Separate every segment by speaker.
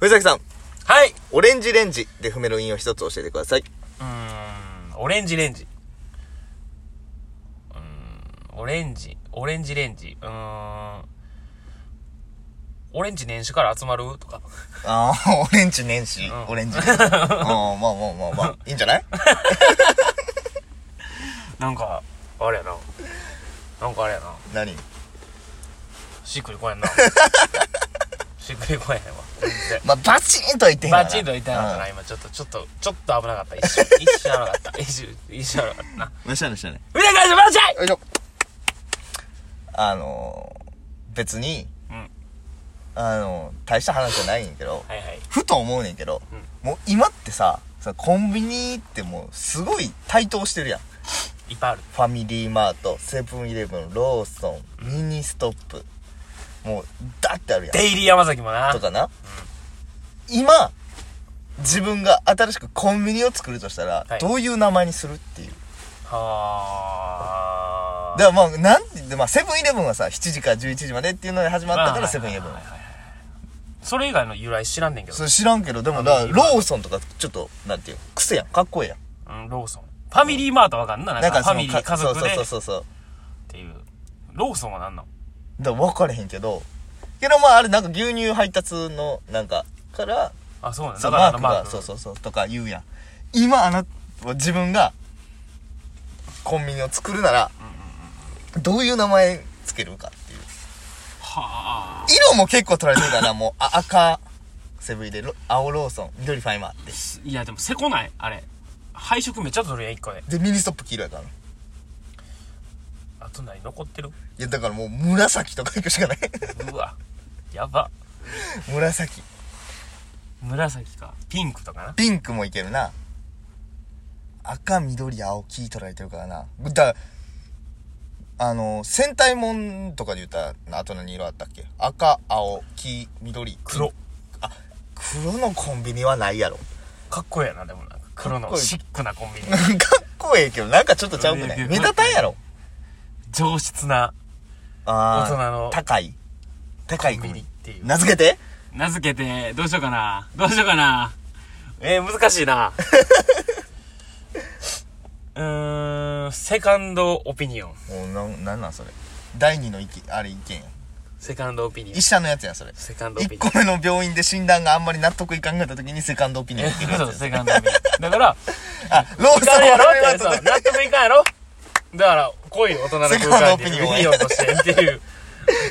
Speaker 1: 藤崎さん、
Speaker 2: はい
Speaker 1: オレンジレンジで踏める韻を一つ教えてください。
Speaker 2: うーん、オレンジレンジ。うーん、オレンジ、オレンジレンジ。うーん、オレンジ年始から集まるとか。
Speaker 1: ああ、オレンジ年始
Speaker 2: ん
Speaker 1: オレンジ。ああ、まあまあまあまあ、いいんじゃない
Speaker 2: なんか、あれやな。なんかあれやな。
Speaker 1: 何
Speaker 2: しっくり こえんな。しっくりこえへんわ。全然
Speaker 1: まあ、バチーンとは言ってへん
Speaker 2: バチンと痛いた
Speaker 1: な
Speaker 2: なった
Speaker 1: うん
Speaker 2: な、今。ちょっと、ちょっと、ちょっと危なかった。一瞬、一瞬危なか った。一瞬、一瞬危なかったな。
Speaker 1: よっしゃねよっしゃね。
Speaker 2: 見てください、マジ
Speaker 1: よいしょ。あのー、別に、
Speaker 2: うん
Speaker 1: あのー、大した話じゃないんやけど、
Speaker 2: はいはい。
Speaker 1: ふと思うねんけど、もう今ってさ、さコンビニってもうすごい台頭してるやん。
Speaker 2: いっぱいある。
Speaker 1: ファミリーマート、セブンイレブン、ローソン、ミニストップ。もう、だってあるやん。
Speaker 2: デイリー山崎もな。
Speaker 1: とかな。今、自分が新しくコンビニを作るとしたら、
Speaker 2: はい
Speaker 1: どういう名前にするっていう。
Speaker 2: はー。
Speaker 1: だからまあ、なんて、でまあ、セブンイレブンはさ、7時から11時までっていうので始まったから、セブンイレブン。
Speaker 2: それ以外の由来知らんねんけど
Speaker 1: そ。れ知らんけど、でもだから、ローソンとか、ちょっと、なんていう、癖やん。かっこええやん。
Speaker 2: うん、ローソン。ファミリーマートわかんな。なんかファミリー
Speaker 1: か
Speaker 2: 家族で
Speaker 1: そうそう
Speaker 2: っ
Speaker 1: そうそう。
Speaker 2: ていう。ローソンはなんなの
Speaker 1: だから分かれへんけど、けどまあ、あれなんか牛乳配達の、なんか、から、
Speaker 2: あ、そうなんだ。
Speaker 1: そうマー
Speaker 2: だからあの
Speaker 1: ク
Speaker 2: マー
Speaker 1: が
Speaker 2: ク。
Speaker 1: そうそうそうとか言うやん今あな自分がコンビニを作るならどういう名前つけるかっていう
Speaker 2: はあ。
Speaker 1: 色も結構取られてるからなもうあ赤セブンで青ローソン緑ファイマーって
Speaker 2: いや、でもせこない、あれ。配色めっちゃ取るやん、一個で。
Speaker 1: でミニストップ黄色やからない
Speaker 2: あと何残ってる
Speaker 1: やだからもう紫とか行くしかない
Speaker 2: うわ。やば。
Speaker 1: 紫
Speaker 2: 紫か。ピンクとかな。
Speaker 1: ピンクもいけるな赤緑青黄取られてるからなだからあの戦隊もんとかで言ったらあと何色あったっけ赤青黄緑
Speaker 2: 黒。
Speaker 1: あ黒のコンビニはない やろ
Speaker 2: かっこええな、でもなんか。黒
Speaker 1: かっ
Speaker 2: の
Speaker 1: こいい
Speaker 2: シックなコンビニ。
Speaker 1: かっこええけどなんかちょっとちゃうくない
Speaker 2: ええ
Speaker 1: 目立たんやろ
Speaker 2: 上質な
Speaker 1: あー
Speaker 2: 大人の
Speaker 1: 高い高
Speaker 2: コ
Speaker 1: い
Speaker 2: ン
Speaker 1: コンビ
Speaker 2: ビニっ
Speaker 1: ニ
Speaker 2: ていう。
Speaker 1: 名付けて
Speaker 2: 名付けて、どうしようかな。どうしようかな。えー、難しいな。 うーん、セカンドオピニオン。
Speaker 1: もうなんなんなんそれ第二の意見あれ意見やん
Speaker 2: セカンドオピニオン
Speaker 1: 医。者のやつやんそれ
Speaker 2: セカンドオピ
Speaker 1: 1
Speaker 2: ニオン
Speaker 1: 個目の病院で診断があんまり納得いかんかった時にセカンドオピニオンっていう。や
Speaker 2: そう、
Speaker 1: つ
Speaker 2: セカンドオピニオ ン。だから、
Speaker 1: あローソ
Speaker 2: い
Speaker 1: ン
Speaker 2: かんやろ
Speaker 1: は
Speaker 2: って、そう、納得いかんやろだから、濃い大人の空間で、
Speaker 1: セ
Speaker 2: オ
Speaker 1: カンドオピ
Speaker 2: ピ
Speaker 1: ニオン
Speaker 2: ニオンとしてっていう。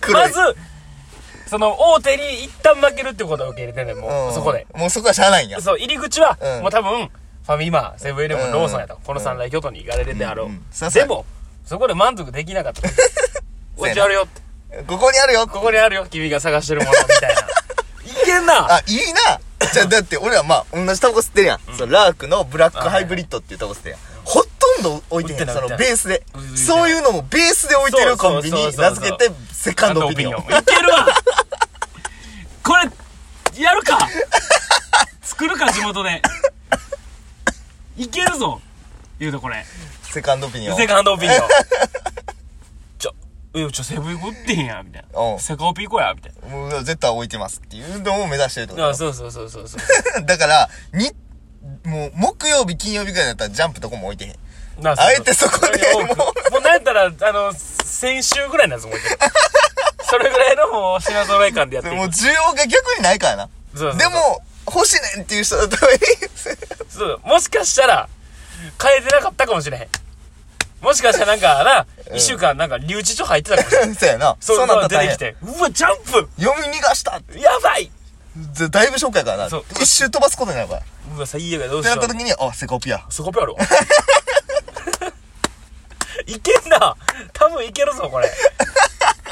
Speaker 1: 黒
Speaker 2: ま
Speaker 1: い
Speaker 2: ず、その、大手に一旦負けるってことを受け入れてんねん、も
Speaker 1: う
Speaker 2: う、
Speaker 1: ん
Speaker 2: そこで。
Speaker 1: もうそこはしゃあないんや
Speaker 2: そう、入り口は、
Speaker 1: うん
Speaker 2: もう多分、ファミマ、セブンイレブ
Speaker 1: うん
Speaker 2: ン、ローソンやと。この三大巨頭に行かれててあろう。
Speaker 1: うんうんそうそう
Speaker 2: でも、そこで満足できな かった。こっちあるよって。
Speaker 1: ここにあるよ
Speaker 2: ここにあるよ、君が探してるもの、みた いな。いけんな
Speaker 1: あいいなじゃあだって俺らまあ同じタバコ吸ってるやん、そのラークのブラックハイブリッドっていうタバコ吸ってるやん、ほとんど置いてへ
Speaker 2: 売って
Speaker 1: ん
Speaker 2: ない
Speaker 1: その
Speaker 2: 売ってない
Speaker 1: ベースで
Speaker 2: 売ってない
Speaker 1: そういうのもベースで置いてるコンビ
Speaker 2: そうそう
Speaker 1: ニ
Speaker 2: そうそう
Speaker 1: 名付けてセカンドオピニオン
Speaker 2: いけるわこれ、やるか作るか、地元で。いけるぞ言うとこれ。
Speaker 1: セカンドオピニオン
Speaker 2: セカンドオピニオン。ちょ、え、ちょ、セブン行こうってへんやん、みたい
Speaker 1: お
Speaker 2: な。
Speaker 1: う
Speaker 2: セカオピ行こうや、みたい
Speaker 1: もう絶対置いてますっていうのを目指してるってこと
Speaker 2: な。
Speaker 1: よ
Speaker 2: あ、そうそうそうそうそう。
Speaker 1: だからにもう木曜日金曜日ぐらいだったらジャンプとこも置いてへん
Speaker 2: な
Speaker 1: あえてそこで
Speaker 2: もう
Speaker 1: もう
Speaker 2: もうなんやったらあの先週ぐらいなんですもんそれぐらいのもう品揃え感でやって
Speaker 1: で
Speaker 2: る
Speaker 1: もう需要が逆にないからな
Speaker 2: そうそうそう
Speaker 1: でも欲しいねんっていう人のた めに
Speaker 2: そうもしかしたら変えてなかったかもしれへんもしかしたらなんかな、一週間なんか留置所入ってたかもしれん
Speaker 1: そうやな
Speaker 2: そういうの
Speaker 1: な
Speaker 2: が
Speaker 1: った
Speaker 2: 出
Speaker 1: ら
Speaker 2: て
Speaker 1: 大
Speaker 2: き
Speaker 1: 変
Speaker 2: てうわジャンプ
Speaker 1: 読み逃したって
Speaker 2: やばい
Speaker 1: だいぶショックやからな
Speaker 2: そう
Speaker 1: 一周飛ばすことになるから
Speaker 2: うわ最悪やど
Speaker 1: っ
Speaker 2: う
Speaker 1: て
Speaker 2: し
Speaker 1: な
Speaker 2: よ
Speaker 1: った
Speaker 2: う
Speaker 1: 時に、あ、セコピア。
Speaker 2: そこぴょあるわいけんな多分いけるぞこれ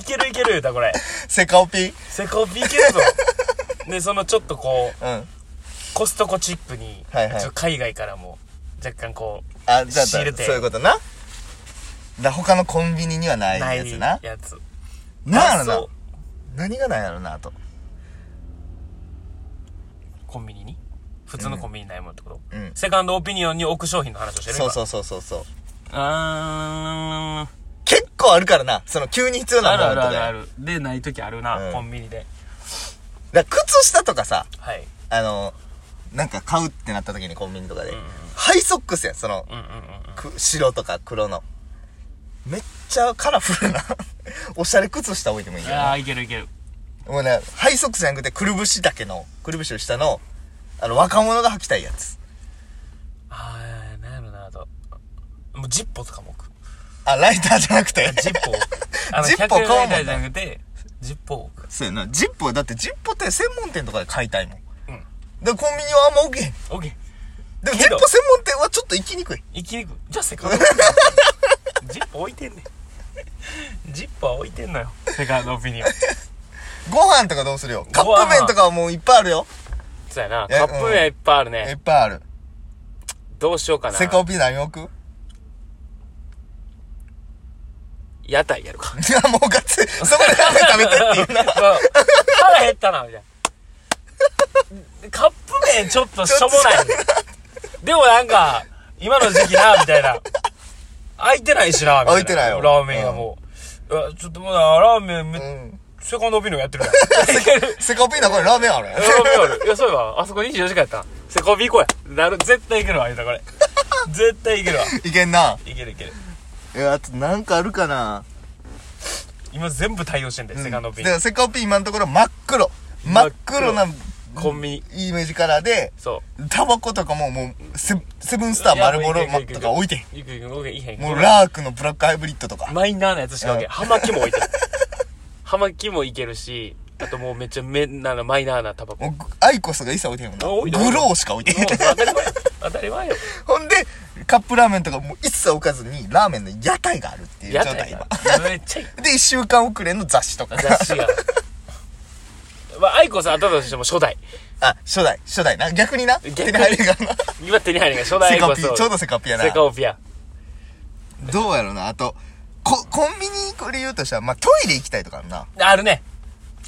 Speaker 2: いけるいける言うたこれ
Speaker 1: セカオピ。
Speaker 2: セコピいけるぞでそのちょっとこう
Speaker 1: うん。
Speaker 2: コストコチップに、
Speaker 1: はいはい
Speaker 2: ちょっと海外からも若干こう
Speaker 1: あ、じゃあ、
Speaker 2: 仕
Speaker 1: そう
Speaker 2: 入れて
Speaker 1: いうことな。だ他のコンビニにはない
Speaker 2: ない
Speaker 1: やつな。
Speaker 2: やつ
Speaker 1: なんや
Speaker 2: 発
Speaker 1: ろ
Speaker 2: 想
Speaker 1: な。何がないやろな、あと。
Speaker 2: コンビニに普通のコンビニにないもんってこと、
Speaker 1: うん
Speaker 2: セカンドオピニオンに置く商品の話をしてる
Speaker 1: そう
Speaker 2: う
Speaker 1: そうそうそうそう。
Speaker 2: あ
Speaker 1: 結構あるからな。その急に必要
Speaker 2: ー
Speaker 1: な
Speaker 2: あ
Speaker 1: も
Speaker 2: る
Speaker 1: の
Speaker 2: あ
Speaker 1: と
Speaker 2: る
Speaker 1: かね
Speaker 2: あるあるでない時あるな、
Speaker 1: うん
Speaker 2: コンビニで
Speaker 1: だから靴下とかさ、
Speaker 2: はい
Speaker 1: あの、なんか買うってなった時にコンビニとかで、
Speaker 2: んうん
Speaker 1: ハイソックスやん、その、
Speaker 2: うんうんうん
Speaker 1: く白とか黒の。めっちゃカラフルな、 おしゃれ靴下置いてもいいよ
Speaker 2: あ
Speaker 1: な。
Speaker 2: あいけるいける
Speaker 1: もうね、ハイソックスじゃなくて、くるぶしだけの、くるぶしの下の、あの、若者が履きたいやつ。
Speaker 2: ああなんやろなあともうジッポとかも置く
Speaker 1: あ、ライターじゃなく て。
Speaker 2: ジッポ あの
Speaker 1: ジッポ
Speaker 2: 100円
Speaker 1: 買うもんね
Speaker 2: ライターじゃなくてジッポを置く
Speaker 1: そうやな。ジッポ、だってジッポって専門店とかで買いたいもん。
Speaker 2: うん
Speaker 1: で、コンビニはあんま置けへん。
Speaker 2: オッケー
Speaker 1: でも
Speaker 2: け
Speaker 1: ジ
Speaker 2: ど
Speaker 1: ッポ専門店はちょっと行きにくい。
Speaker 2: 生きにくいじゃあセ カンドジップ置いてんねんジップは置いてんのよセカンドオピニオン
Speaker 1: ご飯とかどうするよカッ
Speaker 2: ご飯
Speaker 1: プ麺とかはもういっぱいあるよ。
Speaker 2: そうやな
Speaker 1: え
Speaker 2: カップ麺はいっぱいある
Speaker 1: いっ
Speaker 2: ね
Speaker 1: ぱいある。
Speaker 2: どうしようかな
Speaker 1: セカオピ何置く
Speaker 2: 屋台やるか
Speaker 1: いや、もうガッツリ、そこでラーメン食べてっていうな。
Speaker 2: まあ腹減ったなみたいなカップ麺ちょっとしょぼないねでもなんか今の時期なみたいな空いてないしなみたいな
Speaker 1: 空いてないよ
Speaker 2: ラーメン屋もう、いやちょっともうなラーメンめ、
Speaker 1: うん。
Speaker 2: セカンドオピニオンやってるから
Speaker 1: セカオピのこれラーメン ある。
Speaker 2: セコビおる。いや、そういえば、あそこ24時間やったな。セコビ行こうや。なる、絶対行けるわ、あいつらこれ。絶対行けるわ。
Speaker 1: いけんな。
Speaker 2: いけるいける。
Speaker 1: え、あとなんかあるかな。
Speaker 2: 今全部対応してんだよ、セカンドオピニオン
Speaker 1: で、セカオピ今のところ真っ黒。真っ黒な
Speaker 2: 真コンビニ。
Speaker 1: イメージカラーで、
Speaker 2: そ
Speaker 1: タバコとかももうセ、セブンスター丸ボロ
Speaker 2: いやもういけるいける
Speaker 1: とか置いてへん。
Speaker 2: う。行く行く、動けいいへん。
Speaker 1: もうラークのブラックハイブリッドとか。
Speaker 2: マイナーなやつしか置け
Speaker 1: う
Speaker 2: ん。
Speaker 1: ん
Speaker 2: 葉巻も置いてる。葉巻もいけるし、あともうめっちゃめ、なの、マイナーなタバコ。
Speaker 1: も
Speaker 2: も
Speaker 1: うグ、アイコスが一切置いてへんもんな。
Speaker 2: あ置いてない
Speaker 1: グローしか置いうてへん。
Speaker 2: 当たり前。当たり前よ。
Speaker 1: ほんで、カップラーメンとかもう一切置かずに、ラーメンの屋台があるっていう
Speaker 2: 屋
Speaker 1: 状態
Speaker 2: 台
Speaker 1: 今
Speaker 2: が。。めっちゃいい。
Speaker 1: で、一週間遅れの雑誌とか。
Speaker 2: 雑誌が。まあ、アイコさんあったとしても初代。
Speaker 1: あ、初代、初代な。逆にな。
Speaker 2: 逆に
Speaker 1: 手に入るがな。
Speaker 2: 今手に入るが初代ア
Speaker 1: セ
Speaker 2: イコ
Speaker 1: カ
Speaker 2: ス
Speaker 1: ピー、ちょうどセカピやな
Speaker 2: セ。カオピア。
Speaker 1: どうやろうな。あと、こ、コンビニ行く理由としては、まあ、トイレ行きたいとかあるな。
Speaker 2: あるね。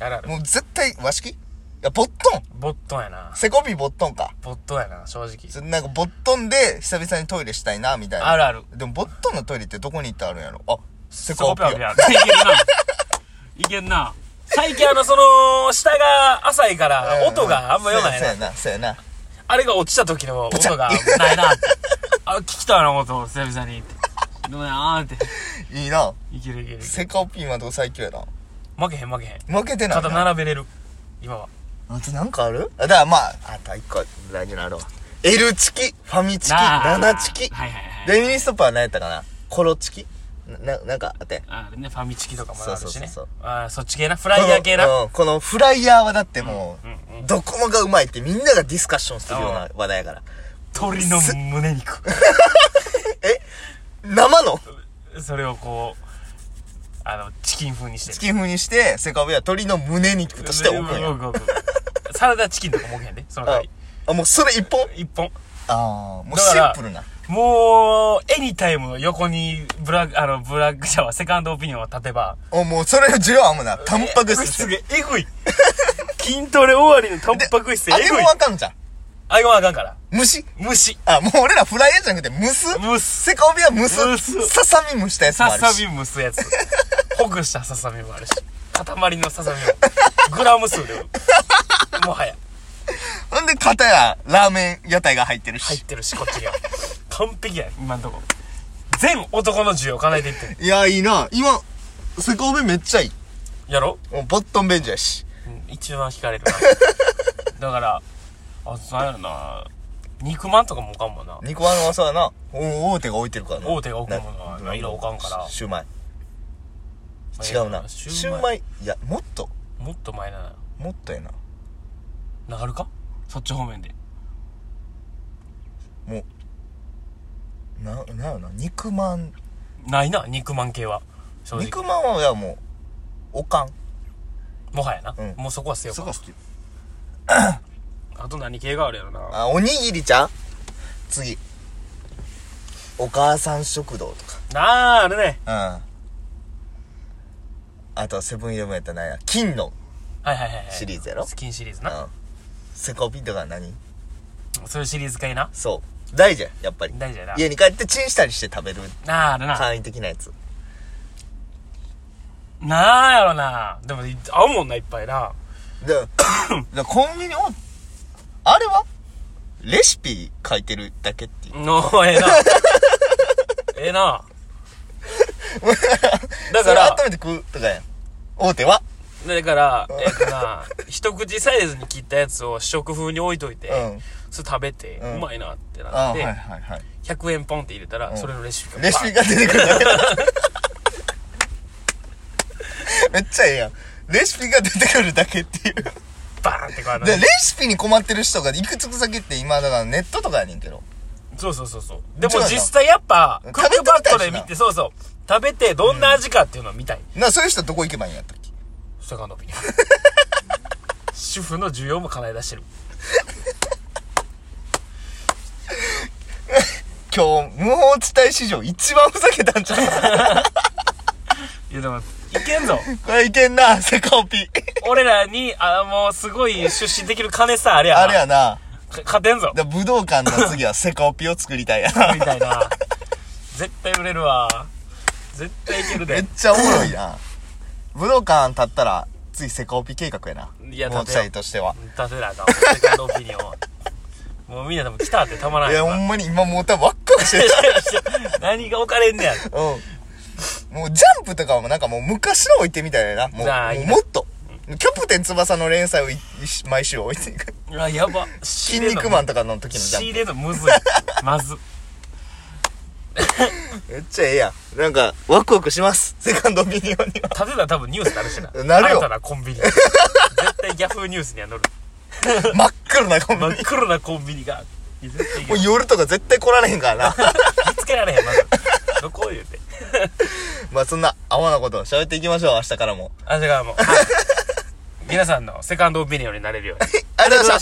Speaker 2: あるある。
Speaker 1: もう絶対、和式いや、ボットン。
Speaker 2: ボットンやな。
Speaker 1: セコピーボットンか。
Speaker 2: ボットンやな、正直。
Speaker 1: そなんか、ボットンで久々にトイレしたいな、みたいな。
Speaker 2: あるある。
Speaker 1: でも、ボットンのトイレってどこに行ってあるんやろあ、セ
Speaker 2: セ
Speaker 1: コ
Speaker 2: コ
Speaker 1: ピ
Speaker 2: ピア
Speaker 1: や
Speaker 2: いけるな。 いけんな。最近あの、その、下が浅いから、音があんま良ない
Speaker 1: そう
Speaker 2: な
Speaker 1: や。な、そうやな。
Speaker 2: あれが落ちた時の音がないなって。あ、聞きたいな、音、久々に。ってでもね、あーって。
Speaker 1: いいな。
Speaker 2: いけるいける。
Speaker 1: セカオピー今のとこ最強やな。
Speaker 2: 負けへん負けへん。
Speaker 1: 負けてない
Speaker 2: 肩
Speaker 1: な。
Speaker 2: 並べれる。今は。
Speaker 1: あとなんかあるあだからまあ、あと一個、大事なのあるわ。L チキ、ファミチキ、
Speaker 2: なあ
Speaker 1: 7チキ。
Speaker 2: はいはいはい。
Speaker 1: レミニストッパーは何やったかなコロチキな、ななんかあって。
Speaker 2: あれね、ファミチキとかもある
Speaker 1: そう
Speaker 2: し
Speaker 1: そう
Speaker 2: ね
Speaker 1: そう。
Speaker 2: あーそっち系な、フライヤー系な。
Speaker 1: このうんこのフライヤーはだってもう、
Speaker 2: うんうん
Speaker 1: どこもがうまいってみんながディスカッションするような話題やから。
Speaker 2: 鳥の胸肉。
Speaker 1: 生の
Speaker 2: それをこう、あの、チキン風にして
Speaker 1: チ。キン風にして、セカオビは鶏の胸肉として置くんや。
Speaker 2: く置くサラダチキンとかも置け へんで、その代わり。
Speaker 1: あ、もうそれ一本
Speaker 2: 一本。
Speaker 1: ああ、もう
Speaker 2: だか
Speaker 1: シン
Speaker 2: ら
Speaker 1: プルな。
Speaker 2: もう、エニタイムの横に、ブラック、あの、ブラックシャワー、セカンドオピニオンを立てば。
Speaker 1: おもうそれ需要あんもんな。タンパク質。
Speaker 2: すげえ、えぐい。筋トレ終わりのタンパク質、
Speaker 1: あ
Speaker 2: え
Speaker 1: れ
Speaker 2: ぐ
Speaker 1: も
Speaker 2: い。
Speaker 1: わかんじゃん。
Speaker 2: あれもあかんから。
Speaker 1: 虫
Speaker 2: 虫。
Speaker 1: あ、もう俺らフライヤーじゃなくて蒸す
Speaker 2: 蒸す。
Speaker 1: セカオビは蒸す
Speaker 2: 蒸す
Speaker 1: ささみ蒸したやつも
Speaker 2: さ
Speaker 1: あるし。
Speaker 2: さみ蒸すやつ。ほぐしたささみもあるし。塊のささみも。グラム数で。もはや。
Speaker 1: ほんで、片や、ラーメン屋台が入ってる
Speaker 2: 入っ
Speaker 1: し。
Speaker 2: てるし、こっち には。完璧や、今んとこ。全男の需要叶えていってる。
Speaker 1: い、や、いいな。今、セコベめっちゃいい。
Speaker 2: やろ
Speaker 1: もうボットンベンジやし。
Speaker 2: うん一番惹かれるな。 だから、あ、そうやろな。肉まんとかも置かんもんな。
Speaker 1: 肉まんはそうだな。お大手が置いてるからな。
Speaker 2: 大手が置くものは
Speaker 1: な
Speaker 2: 色置かんから
Speaker 1: シュウマイ。違うな。シ
Speaker 2: シュ
Speaker 1: ュウ
Speaker 2: ーマイ。
Speaker 1: マイ、いや、もっと、
Speaker 2: もっと前だ
Speaker 1: もっとやな。
Speaker 2: な。流るかそっち方面で。
Speaker 1: もう、な、なんやろな。肉まん。
Speaker 2: ないな、肉まん系は。正直。
Speaker 1: 肉まんは、いや、もう、おかん。
Speaker 2: もはやな。
Speaker 1: うん
Speaker 2: もうそこは捨てようか。
Speaker 1: 好き。
Speaker 2: あと何系があるやろな。
Speaker 1: あ、おにぎりちゃん次。お母さん食堂とか。
Speaker 2: なあ、あれね。
Speaker 1: うん。あとはセブンイレブンやったら何や金の。
Speaker 2: はいはいはいはい。
Speaker 1: シリーズやろ
Speaker 2: スキンシリーズ
Speaker 1: う
Speaker 2: な。
Speaker 1: ん。セコピとか何
Speaker 2: そういうシリーズ系な。
Speaker 1: そう。大事や、やっぱり。
Speaker 2: 大事やな。
Speaker 1: 家に帰ってチンしたりして食べる
Speaker 2: なあ、あれな。
Speaker 1: 簡易的なやつ。
Speaker 2: なあやろな。でも、合うもんな、いっぱいな。
Speaker 1: だだからコンビニをあれはレシピ書いてるだけっていう
Speaker 2: の ええな。ええな。だか
Speaker 1: そ
Speaker 2: ら
Speaker 1: れ、温めて食うとかやん大手は
Speaker 2: だから、えっとな、一口サイズに切ったやつを試食風に置いといて、
Speaker 1: うん
Speaker 2: それ食べて、う
Speaker 1: うん
Speaker 2: まいなってな
Speaker 1: あは
Speaker 2: っ
Speaker 1: い
Speaker 2: て、
Speaker 1: はいはい
Speaker 2: 100円ポンって入れたら、
Speaker 1: ん
Speaker 2: それのレシピが
Speaker 1: レシピが出てくるだけ めっちゃええやんレシピが出てくるだけっていう
Speaker 2: バーンってこうあの
Speaker 1: でレシピに困ってる人がいくつく先って今だからネットとかやねんけど
Speaker 2: そうそうそうそうでも
Speaker 1: 違うな
Speaker 2: 実際やっぱクッ
Speaker 1: 食べて
Speaker 2: ク
Speaker 1: みたいしな
Speaker 2: パッドで見てそうそう食べてどんな味かっていうのを見たい、
Speaker 1: なそういう人どこ行けばいいんやったっけ
Speaker 2: セカンド オピニオン主婦の需要も叶え出してる
Speaker 1: 今日無法地帯史上一番ふざけたんちゃう
Speaker 2: いやでもいけんぞ
Speaker 1: これいけんなセカオピ
Speaker 2: 俺らにあもうすごい出資できる金さあれやな
Speaker 1: あれやな
Speaker 2: か勝てんぞ
Speaker 1: だ武道館の次はセカオピを作りたいや
Speaker 2: みたいな絶対売れるわ絶対いける
Speaker 1: めっ
Speaker 2: で
Speaker 1: ちゃおもろいな武道館立ったら次セカオピ計画やない
Speaker 2: や
Speaker 1: 無法地帯としては
Speaker 2: 立てなあかんセカンドオピニオンはもうみんなでも来たってたまらん
Speaker 1: いやほ
Speaker 2: ん
Speaker 1: んまに今もう多分ワクワクしてる
Speaker 2: 何が置かれんねや
Speaker 1: うん。もうジャンプとかもなんかもう昔の置いてみたいな。もう
Speaker 2: じゃあいい
Speaker 1: もう
Speaker 2: な
Speaker 1: もっと。キャプテン翼の連載をいい毎週置いて いく。
Speaker 2: うわやば
Speaker 1: 筋肉マン
Speaker 2: ン
Speaker 1: とかの時のジ
Speaker 2: 仕
Speaker 1: ャ
Speaker 2: 入
Speaker 1: ン
Speaker 2: れるのむずいまず
Speaker 1: プ。めっちゃええやん。なんか、ワクワクします。セカンドミニオンに は。
Speaker 2: 立てたら多分ニュースになるしな
Speaker 1: なるよ
Speaker 2: 新たなコンビニ絶対ヤフーニュースには載る
Speaker 1: 真っ黒なコンビ
Speaker 2: 真っ
Speaker 1: ニ。
Speaker 2: 黒なコンビニが絶対いけ
Speaker 1: も
Speaker 2: る
Speaker 1: う夜とか絶対来られへんからな。
Speaker 2: 見つけられへんまずどこ言うて
Speaker 1: まあそんな、アホなことを喋っていきましょう。明日からも。
Speaker 2: あだからもうはい皆さんのセカンドオピニオンになれるように
Speaker 1: ありがとうございました。